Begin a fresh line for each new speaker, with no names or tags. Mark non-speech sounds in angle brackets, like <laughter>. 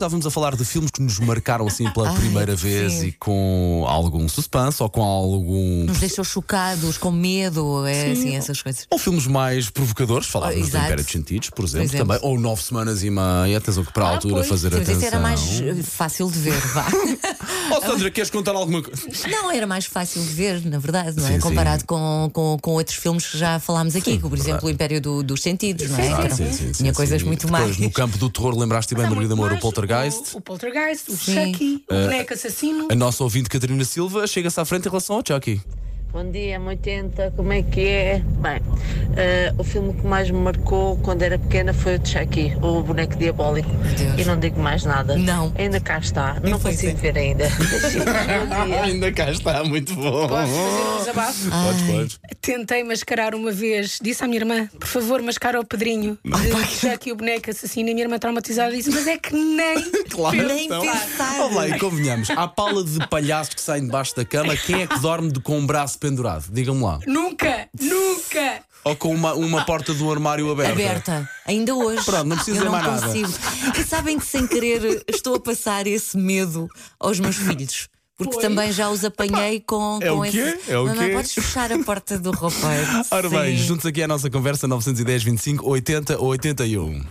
Estávamos a falar de filmes que nos marcaram assim pela
Ai,
primeira vez
sim.
e com algum suspense ou com algum.
Nos deixou chocados, com medo, é assim, essas coisas.
Ou filmes mais provocadores, falávamos do
exato.
Império dos Sentidos, por exemplo,
exemplo. Ah,
também. Ou Nove Semanas e Meia, atenção que para a altura
pois.
fazer
Sim, mas
atenção.
isso era mais eh, ah, fácil de ver, vá.
Oh, Sandra, queres contar alguma coisa?
<laughs> não, era mais fácil de ver, na verdade, não é?
Sim,
Comparado com, com, com outros filmes que já falámos aqui, como, por exemplo o Império do- dos Sentidos, não é?
Ah,
Então, tinha coisas muito
Depois,
mais.
No campo do terror, lembraste bem,
Há
Margarida
muito
Moura, o
mais,
Poltergeist. Eh,
O, o Poltergeist, o
Sim.
Chucky, o boneco assassino.
A nossa ouvinte Catarina Silva chega-se à frente em relação ao Chucky.
Bom dia, 80, como é que é? Bem, eh, o filme que mais me marcou quando era pequena foi o de Chucky, o boneco diabólico.
Deus.
E não digo mais nada.
Não.
Ainda cá está, não
pois
consigo
é.
ver ainda.
<laughs> Ainda cá está, muito bom.
Posso fazer um desabafo?
Podes, podes.
Tentei mascarar uma vez, disse à minha irmã, por favor, mascara o Pedrinho. de Chucky, o boneco assassino, e a minha irmã traumatizada disse, mas é que nem.
Claro, então.
Nem pensar.
Vamos lá, e convenhamos. Há pala de palhaços que saem debaixo da cama. Quem é que dorme de- com o braço pendurado? Digam-me lá.
Nunca, nunca!
Ou com uma, uma porta do armário aberta?
<laughs> Aberta, ainda hoje.
Pronto, não precisa
eu não
mais nada.
consigo.
<laughs>
E sabem que sem querer estou a passar esse medo aos meus filhos. Porque
Pois.
também já os apanhei com,
É
com
o quê?
esse.
É o
Mamãe,
quê?
podes fechar a porta do roupeiro.
<laughs> Ora bem,
Sim.
juntos aqui à nossa conversa 910 25 80 81.